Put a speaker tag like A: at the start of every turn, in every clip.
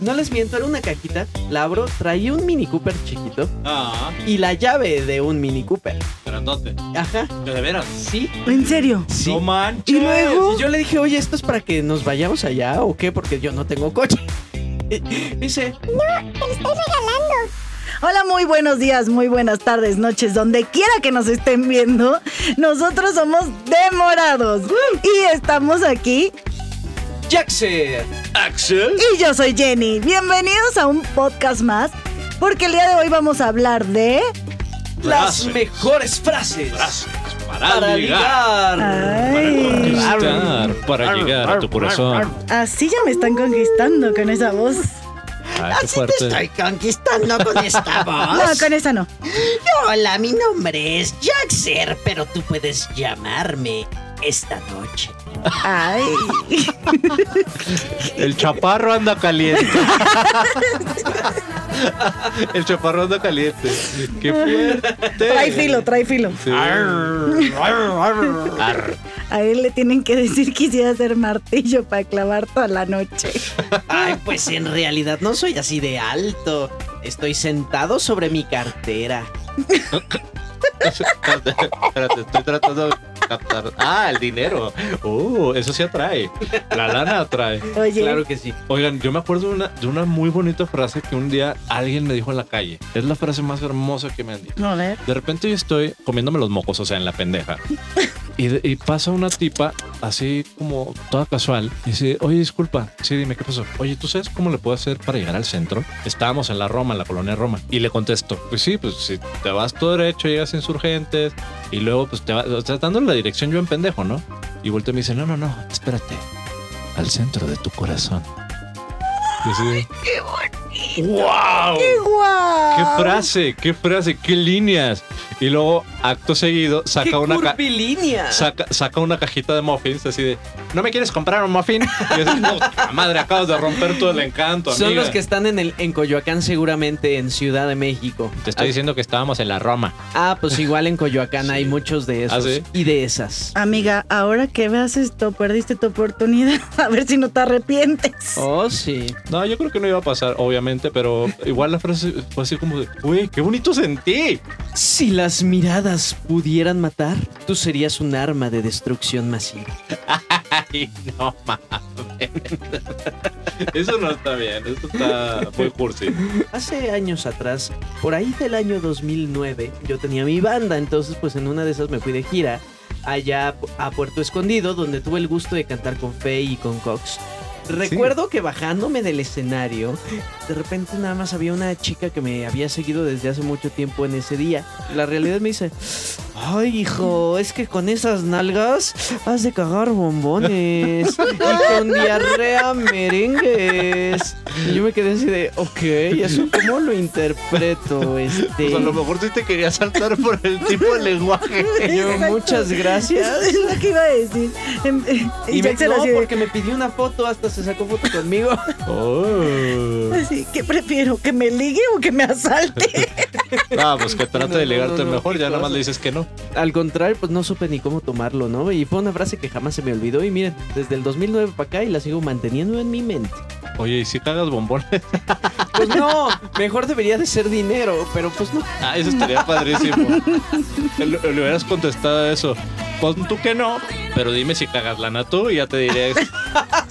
A: No les miento, era una cajita. La abro, traía un Mini Cooper chiquito
B: Ah,
A: y la llave de un Mini Cooper.
B: grandote.
A: Ajá,
B: Pero de veras.
A: sí.
C: ¿En serio?
A: Sí.
B: No manches.
C: ¿Y luego?
A: Y yo le dije, oye, ¿esto es para que nos vayamos allá o qué? Porque yo no tengo coche. Dice,
C: Hola, muy buenos días, muy buenas tardes, noches, donde quiera que nos estén viendo. Nosotros somos Demorados y estamos aquí.
A: Jackson.
B: Axel.
C: Y yo soy Jenny. Bienvenidos a un podcast más, porque el día de hoy vamos a hablar de.
A: Las
B: Frases.
A: mejores frases
B: Frases para,
A: para
B: ligar.
A: ligar.
C: Ay,
B: Conquistar, para llegar a tu corazón.
C: así ya me están conquistando con esa voz.
B: Ay, qué fuerte.
D: conquistando con esta
C: No, con esa no.
D: Hola, mi nombre es Jaxer, pero tú puedes llamarme esta noche.
C: Ay.
E: El chaparro anda caliente. El chaparro anda caliente. Qué fuerte.
C: Trae filo, trae filo.
E: Sí. Arr.
C: A él le tienen que decir que quisiera hacer martillo para clavar toda la noche.
A: Ay, pues en realidad no soy así de alto. Estoy sentado sobre mi cartera.
E: Espérate, estoy tratando de captar. Ah, el dinero. Uh, eso sí atrae. La lana atrae.
C: Oye,
A: Claro que sí.
E: Oigan, yo me acuerdo de una, de una muy bonita frase que un día alguien me dijo en la calle. Es la frase más hermosa que me han dicho.
C: a ver.
E: De repente yo estoy comiéndome los mocos, o sea, en la pendeja. Y, de- y pasa una tipa así como toda casual y dice, oye, disculpa, sí, dime qué pasó. Oye, ¿tú sabes cómo le puedo hacer para llegar al centro? Estábamos en la Roma, en la colonia Roma. Y le contesto, pues sí, pues si te vas todo derecho, llegas a insurgentes y luego pues te vas, o sea, dándole la dirección yo en pendejo, ¿no? Y vuelto y me dice, no, no, no, espérate, al centro de tu corazón. Y así de, ¡Wow!
C: ¡Guau!
E: ¡Qué frase! ¡Qué frase! ¡Qué líneas! Y luego, acto seguido,
A: ¡Qué
E: saca una, ca-
A: curvilínea!
E: saca, saca una cajita de muffins así de ¿No me quieres comprar un muffin? Y es, "No, puta madre, acabas de romper todo el encanto, amiga.
A: Son los que están en, el, en Coyoacán seguramente, en Ciudad de México.
E: Te estoy diciendo que estábamos en la Roma.
A: Ah, pues igual en Coyoacán hay muchos de esos
E: ¿Ah, sí?
A: y de esas.
C: Amiga, ahora que veas esto, perdiste tu oportunidad. A ver si no te arrepientes.
A: Oh, sí.
E: No, yo creo que no iba a pasar, obviamente, pero igual la frase fue así como de ¡Uy, qué bonito sentí!
A: Si las miradas pudieran matar, tú serías un arma de destrucción masiva.
E: ¡Ay, no mames! Eso no está bien, eso está muy cursi.
A: Hace años atrás, por ahí del año 2009, yo tenía mi banda, entonces pues en una de esas me fui de gira allá a Pu- a Puerto Escondido, donde tuve el gusto de cantar con Faye y con Cox. Recuerdo que bajándome del escenario, de repente nada más había una chica que me había seguido desde hace mucho tiempo en ese día. La realidad me dice, ay hijo, es que con esas nalgas has de cagar bombones y con diarrea merengues. Y yo me quedé así de, ok, ¿eso cómo lo interpreto? Este,
E: Pues a lo mejor sí te quería saltar por el tipo de lenguaje.
A: yo,
C: Exacto.
A: muchas gracias.
C: Es lo que iba a decir. Em, eh,
A: Y
C: ya
A: me,
C: se lo
A: no,
C: hacía de-
A: porque me pidió una foto, hasta se sacó foto conmigo.
E: Oh.
C: así, ¿Qué prefiero? ¿Que me ligue o que me asalte?
E: Ah, pues que trate
A: No,
E: de
A: no,
E: ligarte
A: no, no,
E: mejor,
A: qué
E: ya nada más
A: cosa.
E: le dices que no.
A: Al contrario, pues no supe ni cómo tomarlo, ¿no? Y fue una frase que jamás se me olvidó. Y miren, desde el 2009 para acá y la sigo manteniendo en mi mente.
E: Oye, ¿y si cagas bombones?
A: Pues no, mejor debería de ser dinero, pero pues no.
E: Ah, eso estaría padrísimo. Le, le hubieras contestado eso. Pon tú que no, pero dime si cagas lana tú y ya te diré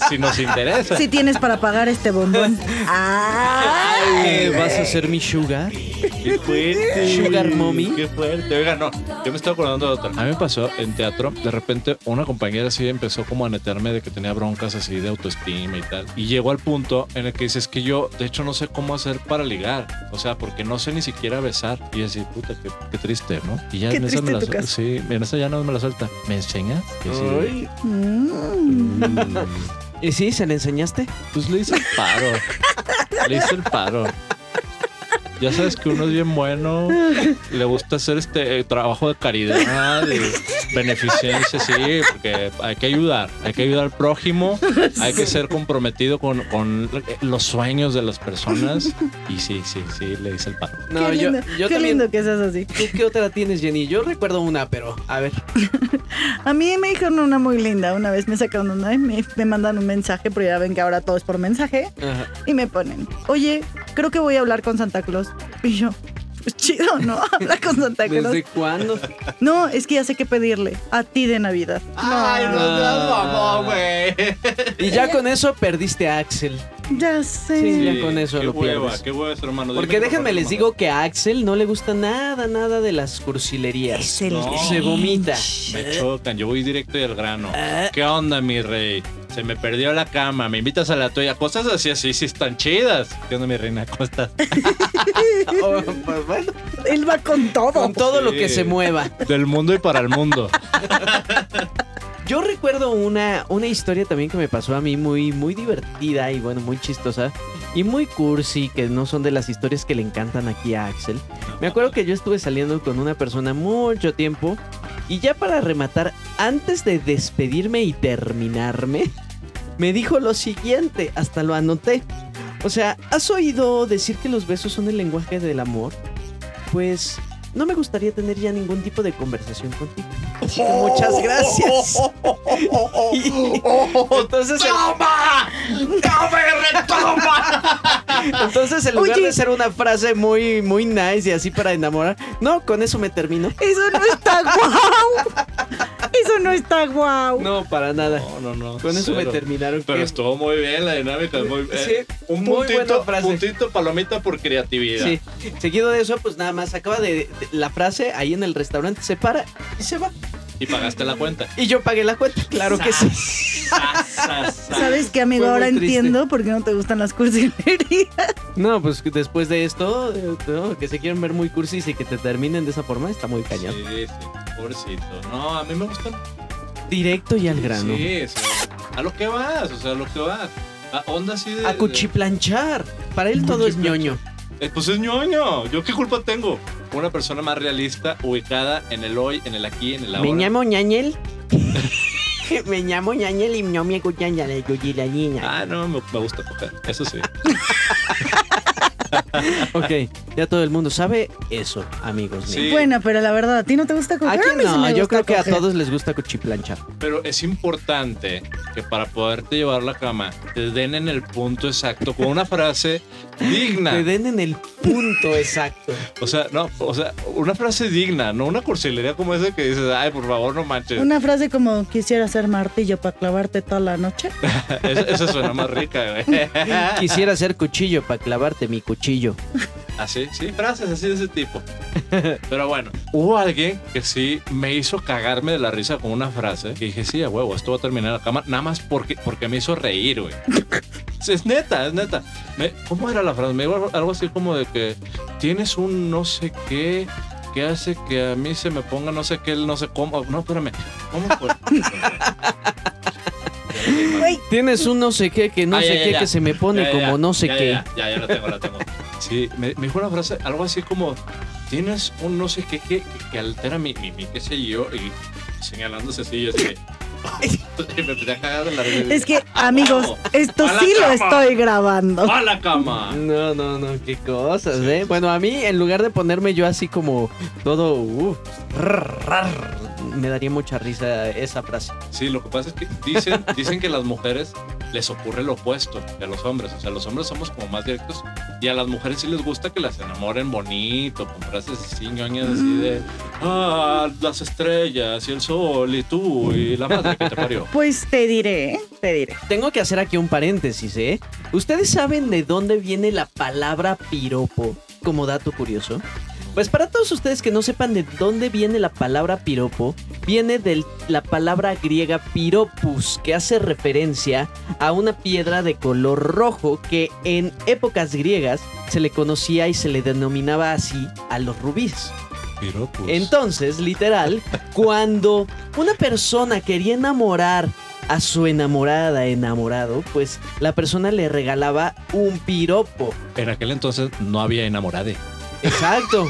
E: si nos interesa.
C: Si tienes para pagar este bombón. ¡Ay!
A: Eh, ¿Vas a ser mi sugar?
E: Qué fuerte.
A: Sugar mommy.
E: Qué fuerte. Oiga, no. Yo me estaba acordando de otra. A mí me pasó en teatro. De repente, una compañera así empezó como a netearme de que tenía broncas así de autoestima y tal. Y llegó al punto en el que dices que yo, de hecho, no sé cómo hacer para ligar. O sea, porque no sé ni siquiera besar. Y decir, puta, qué, qué triste, ¿no? Y ya
C: Qué
E: en esa
C: triste
E: me la
C: tu
E: suelta.
C: caso.
E: Sí, en esa ya no me la suelta. ¿Me enseñas? Y así de,
A: Ay.
C: Mm.
E: mm.
A: ¿Y sí? ¿Se le enseñaste?
E: Pues le hice el paro. le hice el paro. Ya sabes que uno es bien bueno, le gusta hacer este eh, trabajo de caridad, de beneficencia, sí, porque hay que ayudar, hay que ayudar al prójimo, hay que ser comprometido con, con los sueños de las personas. Y sí, sí, sí, le dice el pato.
A: No,
C: qué
A: yo,
C: lindo,
A: yo
C: qué
A: también.
C: lindo que seas así.
A: ¿Tú qué otra tienes, Jenny? Yo recuerdo una, pero a ver.
C: A mí me dijeron una muy linda. Una vez me sacaron una y me, me mandan un mensaje, pero ya ven que ahora todo es por mensaje.
A: Ajá.
C: Y me ponen, oye, creo que voy a hablar con Santa Claus. Y yo, pues chido, ¿no? Habla con Santa Claus.
A: ¿Desde cuándo?
C: No, es que ya sé qué pedirle. A ti de Navidad.
B: Ay, no seas mamón, güey.
A: Y ya con eso perdiste a Axel.
C: Ya sé.
A: Sí. Ya con eso
E: qué
A: lo
E: hueva,
A: pierdes.
E: qué hueva, hermano.
A: Porque
E: Dime,
A: déjenme
E: por
A: les
E: favor,
A: digo que a Axel no le gusta nada, nada de las cursilerías.
C: Es el
E: No.
A: Se vomita. ¿Eh?
E: Me chocan, yo voy directo y al grano. ¿Qué onda, mi rey? Se me perdió la cama, me invitas a la tuya. Cosas así, así, sí están chidas. ¿Qué onda, mi reina? ¿Cómo estás?
A: Oh, pues bueno,
C: Él va con todo.
A: con todo lo
E: Sí.
A: que se mueva.
E: Del mundo y para el mundo.
A: Yo recuerdo una, una historia también que me pasó a mí muy, muy divertida y bueno, muy chistosa y muy cursi, que no son de las historias que le encantan aquí a Axel. Me acuerdo que yo estuve saliendo con una persona mucho tiempo y ya para rematar, antes de despedirme y terminarme, me dijo lo siguiente, hasta lo anoté. O sea, ¿has oído decir que los besos son el lenguaje del amor? Pues no me gustaría tener ya ningún tipo de conversación contigo. Así que muchas gracias. Y- entonces, el, entonces en lugar
C: Oye.
A: de ser una frase muy, muy nice y así para enamorar, no, con eso me termino.
C: Eso no está guau. Eso no está guau.
A: No, para nada.
E: No, no, no.
A: Con eso me
E: cero.
A: terminaron.
E: Pero
A: Qué-
E: estuvo muy bien la dinámica. Muy, eh,
A: Sí,
E: un
A: muy
E: puntito,
A: buena frase.
E: puntito palomita por creatividad.
A: Sí. Seguido de eso, pues nada más acaba de, de- la frase ahí en el restaurante, se para y se va.
E: Y pagaste la cuenta.
A: Y yo pagué la cuenta, claro que sí.
C: ¿Sabes qué, amigo?
A: Fue muy
C: Ahora
A: triste.
C: entiendo por qué no te gustan las cursilerías.
A: No, pues después de esto, eh, no, que se quieren ver muy cursis y que te terminen de esa forma, está muy
E: Sí,
A: cañón.
E: sí, pobrecito. No, a mí me gustan
A: Directo y al grano.
E: Sí, sí. A lo que vas, o sea, a lo que vas. A onda así de.
A: A cuchiplanchar. Para él todo es ñoño.
E: de- eh, pues es ñoño. ¿Yo qué culpa tengo? Una persona más realista, ubicada en el hoy, en el aquí, en el ahora.
A: Me llamo ñañel. me llamo ñañel y no me escuchan ya la niña.
E: Ah, no, me, me gusta coger. Eso sí.
A: Ok, ya todo el mundo sabe eso, amigos
E: Sí.
A: míos.
C: Bueno, pero la verdad, ¿a ti no te gusta coger?
A: ¿A quién
C: mí sí
A: no?
C: me
A: Yo
C: gusta
A: creo que a
C: coger.
A: todos les gusta cuchiplanchar.
E: Pero es importante que para poderte llevar a la cama, te den en el punto exacto con una frase
A: Te
E: digna.
A: den en el punto exacto.
E: O sea, no, o sea, una frase digna, no una cursilería como esa que dices, ay, por favor, no manches.
C: Una frase como quisiera ser martillo para clavarte toda la noche.
E: Esa, esa suena más rica, güey.
A: Quisiera ser cuchillo para clavarte mi cuchillo.
E: Así, ¿Ah, sí, frases así de ese tipo. Pero bueno, hubo alguien que sí me hizo cagarme de la risa con una frase que dije, sí, a huevo, esto va a terminar en la cama, nada más porque, porque me hizo reír, güey. Sí, Es neta, es neta. Me- ¿Cómo era la frase? Me dijo algo así como de que tienes un no sé qué que hace que a mí se me ponga no sé qué, el no sé cómo. No, espérame. ¿Cómo fue?
C: Güey,
A: Tienes un no sé qué que no
E: Ah, ya,
A: sé
E: ya,
A: qué
E: ya.
A: que se me pone
E: Ya, ya,
A: como
E: ya.
A: no sé
E: Ya,
A: qué.
E: Ya, ya, ya, ya la tengo, la tengo. Sí, me, me dijo una frase, algo así como, tienes un no sé qué que, que altera mi, mi, mi qué sé yo, y señalándose así, yo así de- y me empecé a cagar de la risa.
C: es que, amigos, esto
E: A la
C: sí lo
E: cama.
C: estoy
A: Ah.
C: grabando.
E: ¡A la cama!
A: No, no, no, qué cosas, ¿eh? Bueno, a mí, en lugar de ponerme yo así como todo, uh, rrr, rrr, me daría mucha risa esa frase.
E: Sí, lo que pasa es que dicen, dicen que a las mujeres les ocurre lo opuesto que a los hombres. O sea, los hombres somos como más directos y a las mujeres sí les gusta que las enamoren bonito, con frases así, ñoñas así
A: Mm.
E: de, ah, las estrellas y el sol y tú y la madre que te parió.
C: Pues te diré, te diré.
A: Tengo que hacer aquí un paréntesis, ¿eh? ¿Ustedes saben de dónde viene la palabra piropo? Como dato curioso. Pues para todos ustedes que no sepan de dónde viene la palabra piropo, viene de la palabra griega piropus, que hace referencia a una piedra de color rojo que en épocas griegas se le conocía y se le denominaba así a los rubíes.
E: pues,
A: Entonces, literal, cuando una persona quería enamorar a su enamorada, enamorado, pues la persona le regalaba un piropo.
E: En aquel entonces no había enamorade.
A: Exacto.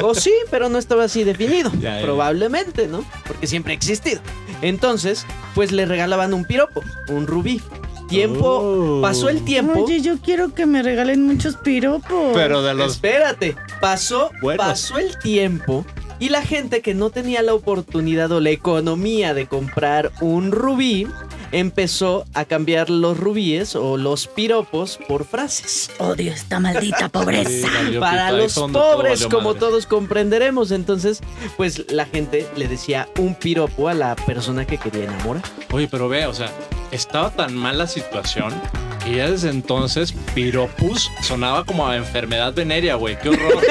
A: O sí, pero no estaba así definido.
E: Ya, ya.
A: Probablemente, ¿no? Porque siempre ha existido. Entonces, pues le regalaban un piropo, un rubí. Tiempo,
E: Oh.
A: pasó el tiempo.
C: Oye, yo quiero que me regalen muchos piropos.
E: Pero de los.
A: Espérate, pasó,
E: Buenos.
A: pasó el tiempo y la gente que no tenía la oportunidad o la economía de comprar un rubí empezó a cambiar los rubíes o los piropos por frases.
C: Odio esta maldita pobreza.
E: valió
A: Para
E: pito, ahí
A: los
E: fue donde todo
A: pobres,
E: valió
A: como
E: madre.
A: todos comprenderemos, entonces, pues la gente le decía un piropo a la persona que quería enamorar.
E: Oye, pero ve, o sea, estaba tan mal la situación que ya desde entonces piropus sonaba como a enfermedad venérea, güey. Qué horror.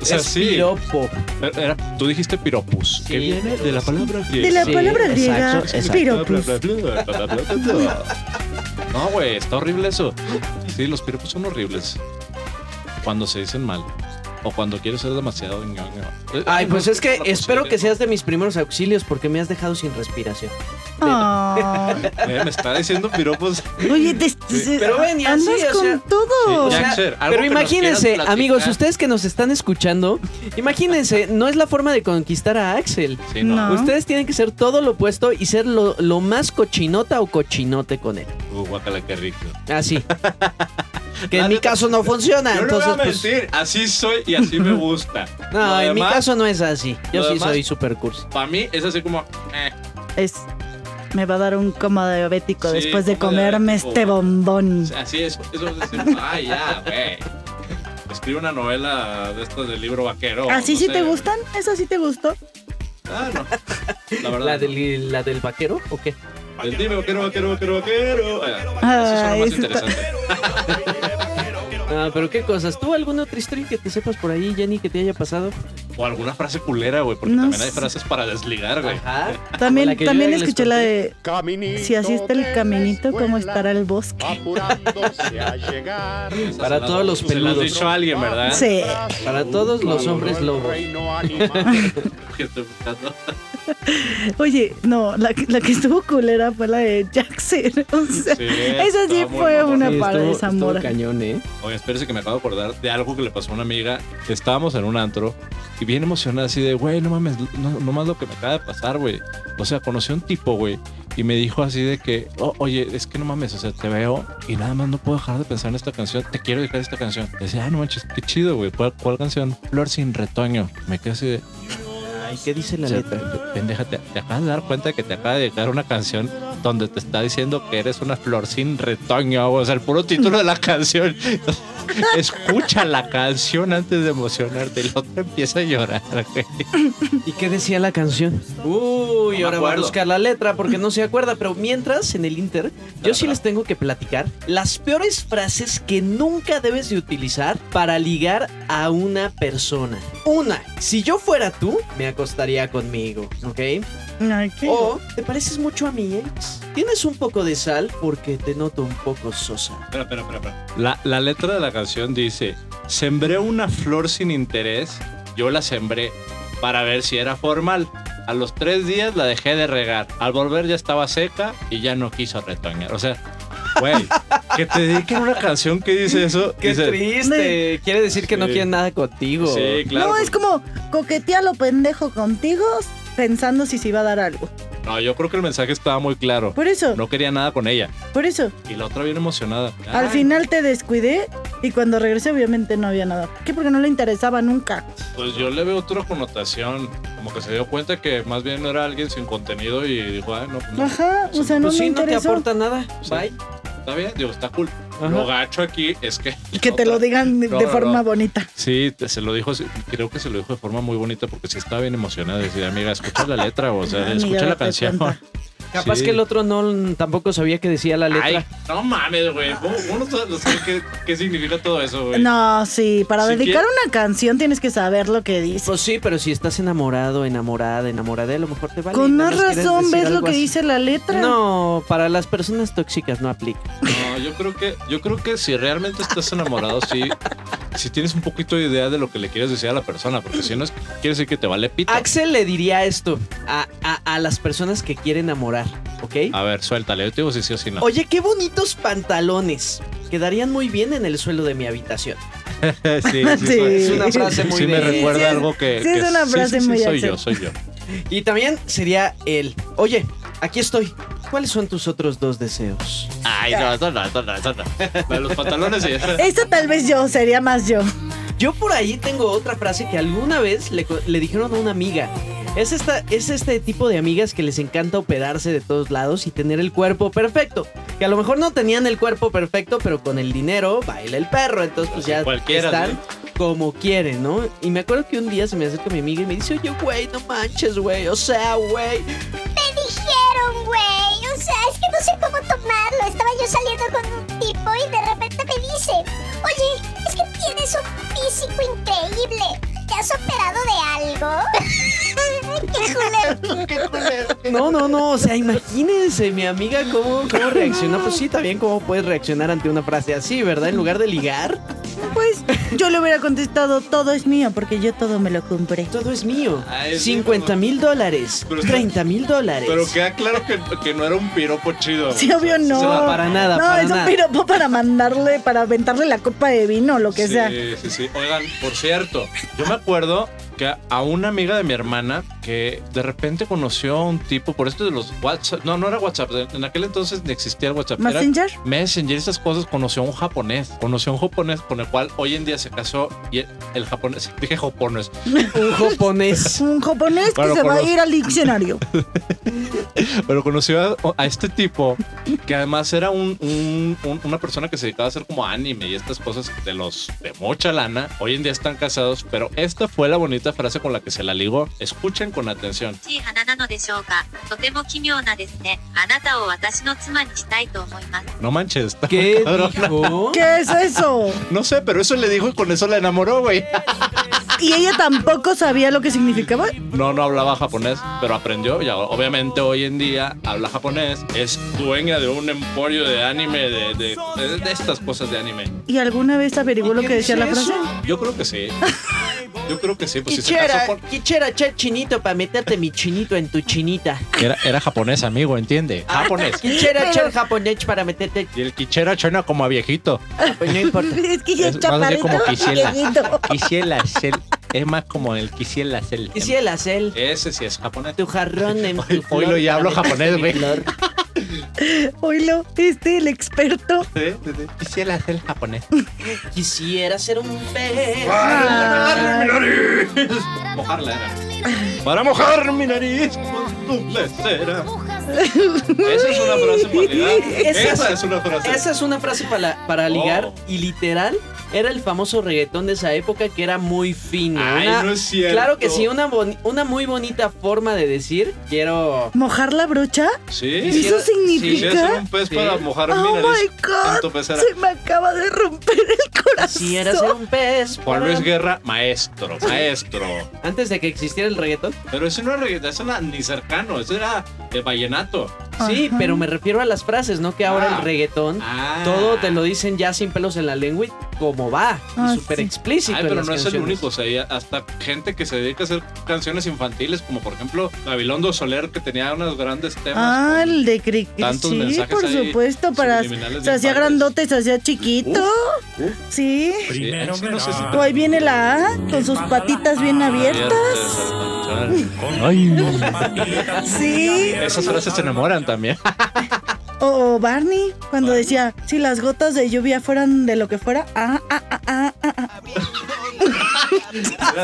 E: o sea,
A: Es
E: sí.
A: Piropo.
E: pero era- tú dijiste piropus,
A: Sí,
E: que viene de la palabra
C: De la
A: Sí,
C: palabra
A: exacto,
C: griega,
A: exacto.
C: piropos.
E: No, güey, está horrible eso. Sí, los piropos son horribles. Cuando se dicen mal. O cuando quieres ser demasiado ñoño.
A: Ay, pues
E: no,
A: es que
E: una
A: espero
E: posibilidad.
A: que seas de mis primeros auxilios porque me has dejado sin respiración.
C: Ah.
E: Eh, me está diciendo piropos.
C: Oye, te, te-
A: Pero venía así,
C: andas
A: o
C: con
A: sea-
C: todo.
E: O Sí, sea,
A: Ya,
E: Jackser, algo
A: pero
E: que nos
A: imagínense,
E: quieras platicar.
A: amigos, ustedes que nos están escuchando, imagínense, no es la forma de conquistar a Axel.
E: Sí, no.
C: No.
A: Ustedes tienen que ser todo lo opuesto y ser lo, lo más cochinota o cochinote con él.
E: Uh, guácala, qué rico.
A: Así. que en
E: La
A: mi
E: neta,
A: caso no funciona.
E: Yo no
A: entonces,
E: voy a
A: pues,
E: mentir, así soy y así me gusta.
A: no, en mi caso no es así. Yo
E: lo
A: sí
E: demás-
A: soy super cursi.
E: Para mí es así como. eh,
C: Es, me va a dar un coma diabético
E: Sí,
C: después de
E: coma
C: comerme
E: diabético.
C: este bombón.
E: así es. Eso es decir, ay, ya, güey. Escribe una novela de estas del libro vaquero.
C: ¿Así
E: no
C: ¿Ah, sí
E: sé.
C: te gustan? ¿Esa sí te gustó?
E: Ah, no. La verdad.
A: ¿La del, ¿La del vaquero o qué?
E: El dime vaquero, vaquero, vaquero, vaquero. Ah, Eso suena
C: Ay,
E: más
C: eso está-
E: interesante.
A: Ah, pero qué cosas. ¿Tú alguna tristrín que te sepas por ahí, Jenny, que te haya pasado?
E: O alguna frase culera, güey, porque
C: No
E: también hay
C: sé.
E: frases para desligar, güey.
A: Ajá.
C: También,
A: Ah, La que yo
C: también
A: ya les
C: escuché la
A: conté.
C: de
F: Caminito
C: si así está
F: de
C: el
F: la
C: caminito, ¿cómo
F: escuela,
C: estará el bosque?
F: Apurándose a llegar.
E: Esas
A: Para
E: se las-
A: todos los
E: se las
A: peludos.
E: has dicho a alguien, ¿verdad?
C: Sí.
A: Para todos los
F: Cuando
A: hombres
F: el
A: lobos.
F: reino animal
E: Que estoy buscando.
C: Oye, no, la, que- la que estuvo culera fue la de Jackson. O sea,
E: Sí,
C: esa sí
E: estaba muy
C: fue
E: mamona.
C: una
A: Sí,
C: para
A: estuvo-
C: de
A: estuvo
C: Zamora.
A: cañón, ¿eh?
E: Oye, espérese que me acabo de acordar de algo que le pasó a una amiga. Estábamos en un antro y bien emocionada, así de, güey, no mames, no, no más lo que me acaba de pasar, güey. O sea, conocí a un tipo, güey, y me dijo así de que, "Oh, oye, es que no mames, o sea, te veo y nada más no puedo dejar de pensar en esta canción, te quiero dejar esta canción. Y decía, ah, no manches, qué chido, güey, ¿Cuál, cuál canción? Flor sin retoño. Me quedé así de,
A: Ay, ¿qué dice la
E: o sea,
A: letra?
E: pendeja, te, te acabas de dar cuenta que te acaba de llegar una canción donde te está diciendo que eres una flor sin retoño, o sea, el puro título de la canción. Escucha la canción antes de emocionarte y el otro empieza a llorar. güey.
A: ¿Y qué decía la canción? Uy,
E: No
A: ahora voy
E: me
A: a
E: acuerdo.
A: buscar la letra porque no se acuerda, pero mientras en el Inter, yo sí les tengo que platicar las peores frases que nunca debes de utilizar para ligar a una persona. Una, si yo fuera tú, me acostaría conmigo, ¿ok?
C: Ay, qué-
A: O, te pareces mucho a mi ex. Tienes un poco de sal porque te noto un poco sosa.
E: Espera, espera, espera, espera. La, la letra de la canción dice: Sembré una flor sin interés, yo la sembré para ver si era formal. A los tres días la dejé de regar. Al volver ya estaba seca y ya no quiso retoñar. O sea, güey, que te dediquen una canción que dice eso. dice,
A: triste! Quiere decir que no
E: Sí.
A: quieren nada contigo.
E: Sí, claro.
C: no,
E: pues,
C: es como coquetea lo pendejo contigo pensando si se iba a dar algo.
E: no, yo creo que el mensaje estaba muy claro.
C: Por eso,
E: No quería nada con ella.
C: por eso.
E: Y la otra bien emocionada.
C: Al
E: Ay,
C: final te descuidé y cuando regresé obviamente no había nada. ¿Qué? Porque no le interesaba nunca.
E: Pues yo le veo otra connotación. Como que se dio cuenta que más bien era alguien sin contenido y dijo, ay, no, pues no,
C: Ajá, o sea, no
A: Pues
C: me
A: sí, no te
C: interesó.
A: aporta nada.
E: Sí.
A: Bye.
E: está bien, digo, está cool.
A: Ajá.
E: Lo gacho aquí es que.
C: que te lo digan de,
E: No,
C: de
E: no,
C: forma
E: no.
C: bonita.
E: Sí, te- se lo dijo, así- creo que se lo dijo de forma muy bonita porque sí estaba bien emocionada. Decía, amiga, escucha la letra, o sea,
C: Ah, Amiga,
E: escucha la
C: date
E: canción.
C: cuenta.
A: Capaz
E: Sí.
A: que el otro no tampoco sabía que decía la letra.
E: Ay, no mames, güey. ¿Cómo- Uno no sabe qué, qué significa todo eso,
A: Pues,
E: güey.
C: No, sí, para
E: Si
C: dedicar
E: quie-
C: una canción tienes que saber lo que dice.
A: Pues sí, pero si estás enamorado, enamorada, enamorada, a lo mejor te vale.
C: Con
A: nada
C: más
A: quieres
C: razón
A: decir
C: ves lo
A: algo
C: que
A: así.
C: dice la letra.
A: No, para las personas tóxicas no aplica.
E: No, yo creo que, yo creo que si realmente estás enamorado, sí, si tienes un poquito de idea de lo que le quieres decir a la persona, porque si no es quiere decir que te vale pito.
C: Ah,
A: Axel le diría esto a, a- a las personas que quieren enamorar, ¿ok?
E: A ver, suéltale, yo te digo si sí o si Ah, no.
A: Oye, qué bonitos pantalones. Quedarían muy bien en el suelo de mi habitación.
E: sí, sí,
C: Sí.
E: soy.
A: Es una frase muy
E: Sí me
A: de-
E: recuerda
C: Sí es-
E: algo que.
C: sí es
E: que-
C: una frase muy
E: Soy
C: de
E: yo, soy yo.
A: Y también sería el, oye, aquí estoy. ¿Cuáles son tus otros dos deseos?
B: Ay, no, eso no, eso no, eso no.
E: De los pantalones y
C: Esta tal vez yo, sería más yo.
A: Yo por ahí tengo otra frase que alguna vez le, co- le dijeron a una amiga. Es, esta, es este tipo de amigas que les encanta operarse de todos lados y tener el cuerpo perfecto. Que a lo mejor no tenían el cuerpo perfecto, pero con el dinero baila el perro. Entonces, pues ya
E: Cualquiera,
A: están
E: ¿no?
A: como quieren, ¿no? Y me acuerdo que un día se me acerca mi amiga y me dice, oye, güey, no manches, güey. O sea, güey,
G: dijeron, güey. O sea, es que no sé cómo tomarlo. Estaba yo saliendo con un tipo y de repente me dice, oye, es que tienes un físico increíble. ¿Te has operado de algo? ¡Qué culero!
A: No, no, no, o sea, imagínense, mi amiga, cómo, cómo reaccionó. Pues sí, también cómo puedes reaccionar ante una frase así, ¿verdad? En lugar de ligar,
C: Pues yo le hubiera contestado, todo es mío, porque yo todo me lo compré.
A: todo es mío.
E: Ah, es
A: 50 mil dólares,
E: Pero-
A: 30 mil dólares.
E: Pero queda claro que, que no era un piropo chido.
C: Sí, obvio no.
A: se va para nada,
C: No,
A: para
C: es
A: nada.
C: un piropo para mandarle, para aventarle la copa de vino, lo que
E: sí,
C: sea.
E: Sí, sí. Oigan, por cierto, yo me acuerdo que a una amiga de mi hermana que de repente conoció a un tipo por esto de los WhatsApp. No, no era WhatsApp. En aquel entonces ni existía el WhatsApp. Era
C: ¿Messenger?
E: Messenger, esas cosas, conoció a un japonés. Conoció a un japonés con el cual hoy en día se casó y el, el japonés, dije japonés,
A: Un japonés.
C: Un japonés
E: Claro,
C: que se va a
E: conozco.
C: ir al diccionario.
E: pero conoció a, a este tipo que además era un, un- un- una persona que se dedicaba a hacer como anime y estas cosas de los de mucha lana. Hoy en día están casados, pero esta fue la bonita frase con la que se la ligó. Escuchen con atención.
H: しい花なのでしょうかとても奇妙なですね。あなたを私の妻にしたいと思います。
E: No manches, está
A: ¿Qué
E: cabrón.
A: dijo?
E: Pues
C: ¿Qué es eso?
E: No sé, pero eso le dijo y con eso la enamoró, güey.
C: ¿Y ella tampoco sabía lo que significaba?
E: No, no hablaba japonés, pero aprendió. Ya, obviamente hoy en día habla japonés, es dueña de un emporio de anime, de, de- de- de estas cosas de anime.
C: ¿Y alguna vez averiguó
A: ¿Y
C: lo
A: qué
C: que decía la
A: dice
C: frase?
A: eso?
E: Yo creo que sí. Yo creo que sí, pues si se
A: Quisiera,
E: casó con...
A: quisiera echar chinito para meterte mi chinito en tu chinita.
E: Era, japonés, amigo, entiende. Japonés.
A: Quisiera echar japonés para meterte.
E: Y el quichera suena como a viejito.
A: Pues no importa.
C: Es que ya
E: Es más bien como
C: chaparrito,
E: quisiera.
C: viejito.
E: Quisiera ser. Es más como el quisiera ser.
A: Quisiera hacer
E: Ese sí es japonés.
A: tu jarrón en tu
E: Hoy- hoy
A: flor
E: lo ya
A: para
E: hablo
A: meterte
E: japonés,
A: mi
E: güey.
A: flor.
C: Oilo, este, el experto.
E: Quisiera ser japonés.
A: Quisiera ser un pez.
C: Ay.
E: Mojarla era. Para mojar mi nariz con tu plecera. Esa es una frase en realidad.
A: Esa-
E: Esa es una frase.
A: Esa es una frase para, para ligar
E: Oh.
A: y literal era el famoso reggaetón de esa época que era muy fino.
E: Ay,
A: Una-
E: no es cierto.
A: Claro que sí, una, boni- una muy bonita forma de decir quiero...
C: ¿Mojar la brocha?
E: Sí.
A: Quisiera-
C: ¿Eso significa?
E: Quisiera ser un pez
A: Sí.
E: para mojar mi
C: Oh
E: nariz
C: my
E: en
C: god,
E: tu pecera.
C: se me acaba de romper el corazón.
A: Quisiera ser un pez.
E: Juan
A: para-
E: Luis Guerra, maestro, maestro.
A: Antes de que existiera el reggaetón.
E: Pero ese no era reggaetón, eso era ni cercano, eso era de vallenato.
A: Sí,
C: Ajá.
A: pero me refiero a las frases, ¿no? Que ahora
E: Ah.
A: el reggaetón...
E: Ah.
A: Todo te lo dicen ya sin pelos en la lengua y como va. Y
C: Ah,
A: súper
C: sí.
A: explícito.
E: Ay,
A: en
E: pero
A: las
E: no es el
A: canciones.
E: único, o sea, hay hasta gente que se dedica a hacer canciones infantiles, como por ejemplo Gabilondo Soler, que tenía unos grandes temas.
C: Ah, el de Cric.
E: Tantos
C: Sí,
E: mensajes
C: por
E: ahí
C: supuesto, para.
E: subliminales
C: Se
E: de
C: hacía
E: infantes.
C: grandote, se hacía chiquito.
E: Uf, uf.
C: Sí.
E: Sí,
I: Primero
E: ese no sé si-
I: verás.
C: O ahí viene la A con sus patitas bien abiertas.
E: Ay,
C: Sí.
E: esas frases se enamoran también.
C: O, o Barney, cuando decía, si las gotas de lluvia fueran de lo que fuera, ah, ah, ah, ah, ah, ah,
E: Mira,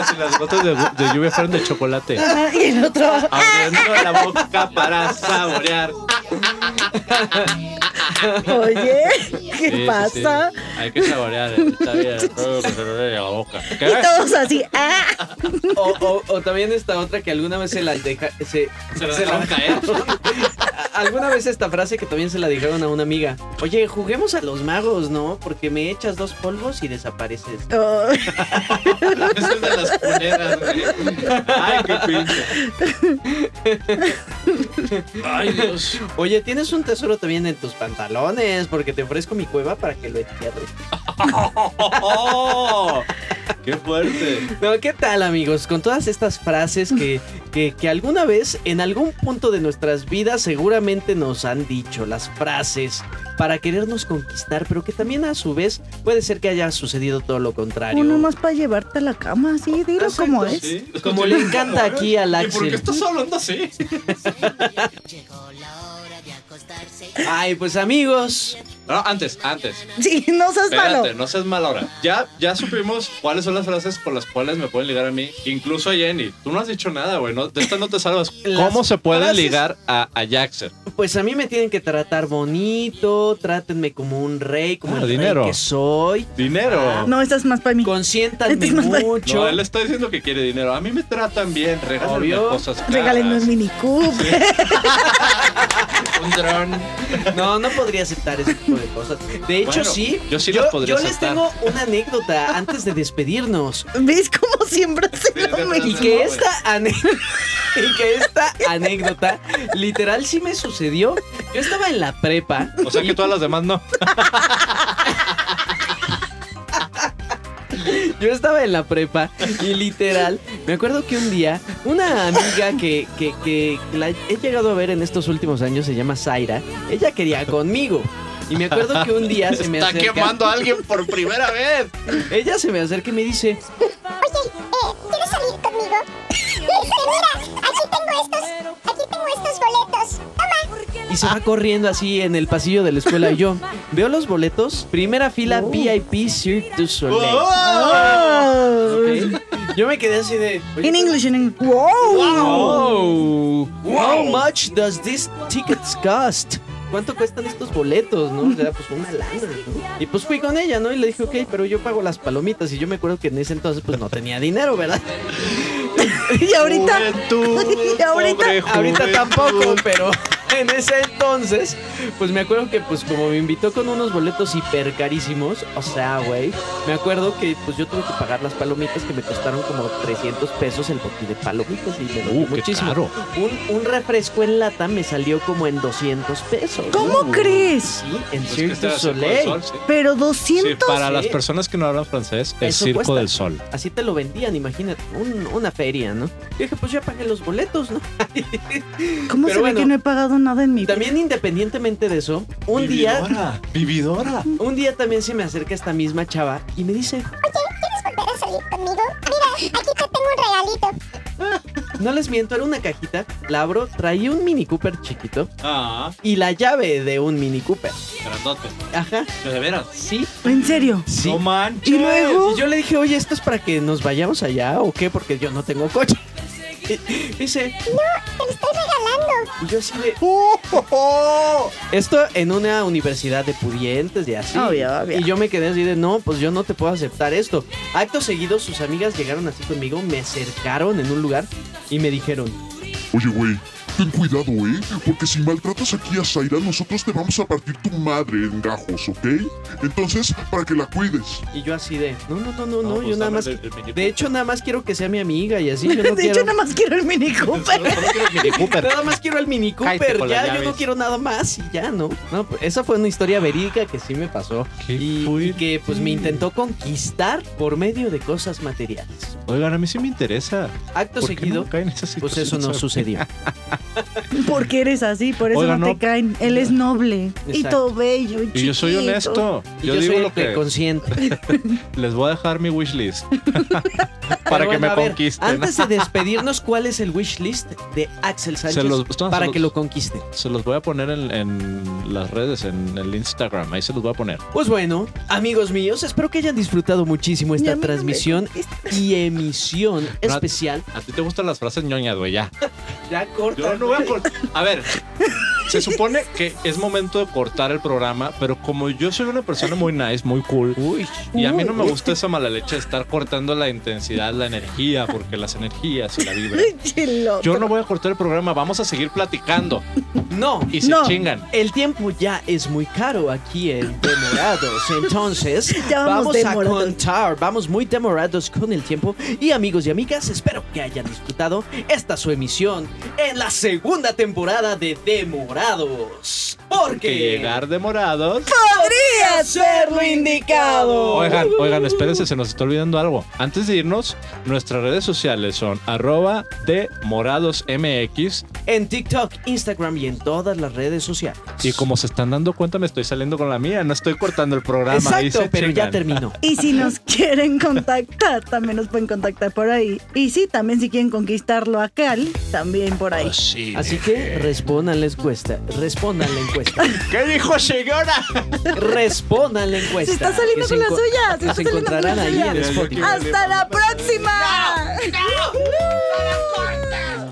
E: si las gotas de, de lluvia fueran de chocolate.
C: ah, y el otro,
E: Abriendo la boca para saborear.
C: oye, ¿qué
E: Sí, sí,
C: pasa?
E: sí. Hay que saborear. Está bien. Todo que se le vea la boca. ¿Qué?
C: Y todos así, ah,
A: O, o- o también esta otra que alguna vez se la deja, se,
E: Se la dejaron caer.
A: A- Alguna vez esta frase que también se la dijeron a una amiga. Oye, juguemos a los magos, ¿no? Porque me echas dos polvos y desapareces.
C: oh,
E: Esa es de las culeras, güey. Ay, qué pinche. Ay, Dios.
A: Oye, tienes un tesoro también en tus pantalones, porque te ofrezco mi cueva para que lo entierres.
E: ¡Oh! ¡Qué fuerte!
A: No, ¿qué tal amigos? Con todas estas frases que, que, que alguna vez, en algún punto de nuestras vidas, seguramente nos han dicho las frases para querernos conquistar, pero que también a su vez puede ser que haya sucedido todo lo contrario.
C: Uno más para llevarte a la cama, sí, dilo
A: Exacto,
C: como es.
E: Sí.
A: Como le encanta aquí al
E: Pues ¿Y por
A: Axel.
E: qué estás hablando así?
I: Llegó la hora de acostarse.
A: Ay, pues amigos,
E: No, antes, antes.
C: Sí, no seas malo.
E: Espérate, no seas mala ahora. Ya, ya supimos cuáles son las frases con las cuales me pueden ligar a mí, incluso a Jenny. Tú no has dicho nada, güey. no- de esta no te salvas.
A: Las
E: ¿Cómo se puede
A: frases-
E: ligar a, a Jaxer?
A: pues a mí me tienen que tratar bonito, trátenme como un rey, como
E: Ah,
A: el
E: dinero.
A: rey que soy,
E: Dinero.
C: No, estás más para mí.
A: consiéntanme
C: Este es más-
A: mucho.
E: No, él está diciendo que quiere dinero. A mí me tratan bien, regálenme
A: Obvio.
E: cosas caras.
C: Regálenme un mini cooper.
E: un dron.
A: No, no podría aceptar ese tipo de cosas. De hecho,
E: Bueno,
A: sí.
E: yo sí las podría
A: yo les
E: aceptar.
A: tengo una anécdota antes de despedirnos.
C: ¿Ves cómo siempre hace
E: Sí, de
C: lo
E: verdad.
A: Y
C: mismo?
A: que
E: güey.
A: esta anécdota. Y que esta anécdota literal sí me sucedió. Yo estaba en la prepa.
E: O sea que todas las demás no.
A: Yo estaba en la prepa y literal, me acuerdo que un día una amiga que, que, que la he llegado a ver en estos últimos años se llama Zaira, ella quería conmigo. Y me acuerdo que un día se me
B: Está
A: acerca-
B: quemando a alguien por primera vez.
A: ella se me acerca y me dice,
G: Oye, eh, ¿quieres salir conmigo? Este, mira, aquí tengo estos, aquí tengo estos boletos.
A: Y se va corriendo así en el pasillo de la escuela. Y yo veo los boletos, primera fila VIP Cirque du Soleil.
C: Oh.
A: ¿ok? Yo me quedé así de. oye,
C: In English, in English. Wow.
E: Oh.
A: Wow. How much does this tickets cost? ¿Cuánto cuestan estos boletos? ¿No? O sea, pues una lana. ¿no? Y pues fui con ella, ¿no? Y le dije, ok, pero yo pago las palomitas. Y yo me acuerdo que en ese entonces, pues no tenía dinero, ¿verdad?
C: Y ahorita.
E: Juventud,
C: Y ahorita-
E: pobre
A: Ahorita
E: juventud.
A: tampoco, pero en ese entonces, pues me acuerdo que pues como me invitó con unos boletos hiper carísimos, o sea, güey, me acuerdo que pues yo tuve que pagar las palomitas que me costaron como 300 pesos el botín de palomitas y me dolió
E: Uh, qué
A: muchísimo.
E: caro.
A: Un, un refresco en lata me salió como en 200 pesos.
C: ¿Cómo
A: Uh,
C: crees?
A: Sí, en
E: Pues que
A: Cirque
E: este
A: du
E: era Circo del
A: Soleil.
E: Sol, sí.
C: Pero
E: Sí,
C: 200.
E: para
A: sí.
E: las personas que no hablan francés, el
A: Eso
E: Circo
A: cuesta.
E: del Sol.
A: Así te lo vendían, imagínate, un- una feria, ¿no? Yo dije, pues ya pagué los boletos, ¿no?
C: ¿Cómo
A: Pero
C: se
A: bueno.
C: ve que no he pagado nada en mi
A: Y
C: vida?
A: también independientemente de eso, un día
E: Vividora, vividora.
A: Un día también se me acerca esta misma chava y me dice,
G: ¿Quieres volver a salir conmigo? Mira, aquí te tengo un regalito.
A: no les miento, era una cajita, la abro, traía un Mini Cooper chiquito
E: Ah,
A: y la llave de un Mini Cooper.
E: grandote.
A: Ajá,
E: De veras.
A: sí,
C: ¿En serio?
A: sí.
E: No manches.
C: ¿Y luego?
A: Y yo le dije, oye, ¿esto es para que nos vayamos allá o qué? Porque yo no tengo coche. Y dice,
G: Te lo estoy regalando.
E: Pues
A: y yo así de... Esto en una universidad de pudientes y así.
C: Obvio, obvio.
A: Y yo me quedé así de, no, pues yo no te puedo aceptar esto. Acto seguido, sus amigas llegaron así conmigo, me acercaron en un lugar y me dijeron,
J: Oye, güey, ten cuidado, ¿eh? Porque si maltratas aquí a Zaira, nosotros te vamos a partir tu madre en gajos, ¿ok? Entonces, para que la cuides.
A: Y yo así de, no, no, no, no, no,
E: pues
A: yo nada
E: dame
A: más...
E: el-
A: que-
E: el mini
A: de hecho, nada más quiero que sea mi amiga y así. Yo no
C: de
A: quiero,
C: hecho, nada más quiero el Mini Cooper.
E: Solo quiero el Mini Cooper.
A: nada más quiero el Mini
E: Cállate
A: Cooper,
E: con
A: ya,
E: las
A: yo no
E: llaves.
A: quiero nada más y ya, ¿no? No, pues, esa fue una historia verídica que sí me pasó.
E: Qué
A: Y, y
E: fuerte.
A: que pues me intentó conquistar por medio de cosas materiales.
E: Oigan, a mí sí me interesa.
A: Acto
E: ¿Por qué
A: seguido,
E: nunca en esas
A: pues
E: situaciones?
A: eso no sucedió.
C: Porque eres así, por eso
E: Oiga,
C: no,
E: no.
C: te caen. Él es noble y
A: Exacto.
C: todo bello. Y,
E: Y yo soy
C: chiquito.
E: honesto.
A: Y
E: Yo,
A: yo,
E: digo
A: soy
E: lo que
A: consciente.
E: les voy a dejar mi wishlist para que me conquisten.
A: Antes de despedirnos, ¿cuál es el wish list de Axel Sánchez
E: los- no,
A: para
E: se
A: que
E: los-
A: lo conquisten?
E: Se los voy a poner en, en las redes, en el Instagram. Ahí se los voy a poner.
A: Pues bueno, amigos míos, espero que hayan disfrutado muchísimo
C: Y a
A: esta
C: mí no me
A: transmisión y emisión especial.
E: A ti te gustan las frases ñoñas, güey, ya.
A: Ya corta.
E: Yo no voy a cortar. A ver, se supone que es momento de cortar el programa, pero como yo soy una persona muy nice, muy cool, y a mí no me gusta esa mala leche de estar cortando la intensidad, la energía, porque las energías y la vibra.
C: Ay, chilo.
E: Yo no voy a cortar el programa, vamos a seguir platicando
A: No.
E: y se
C: No.
E: chingan.
A: El tiempo ya es muy caro aquí en Demorados. Entonces,
C: Ya vamos
A: vamos, a
C: demorados.
A: contar. Vamos muy demorados con el tiempo. Y amigos y amigas, espero que hayan disfrutado esta su emisión en la segunda temporada de Demorados. Porque
E: Que llegar demorados.
C: ¡Podría hacer lo indicado.
E: Oigan, oigan, espérense, se nos está olvidando algo. Antes de irnos, nuestras redes sociales son arroba de moradosmx
A: En TikTok, Instagram y en todas las redes sociales.
E: y como se están dando cuenta me estoy saliendo con la mía, no estoy cortando el programa. ahí
A: Exacto,
E: se
A: pero ya
E: chingan.
A: terminó.
C: Y si nos quieren contactar, también nos pueden contactar por ahí. Y sí, también si quieren conquistarlo a Cal, también por ahí.
E: Sí.
A: Así que respondan la encuesta. Respondan la encuesta.
B: ¿Qué dijo señora?
A: Respondan la encuesta.
C: Se está saliendo
A: que se
C: con la
A: enco-
C: suya,
A: que
C: se está
A: se
C: saliendo con
A: encontrarán
C: la
A: ahí
C: suya. Ah,
A: en Spotify.
C: ¡Hasta la próxima!
G: ¡No! ¡No! ¡No la cortes!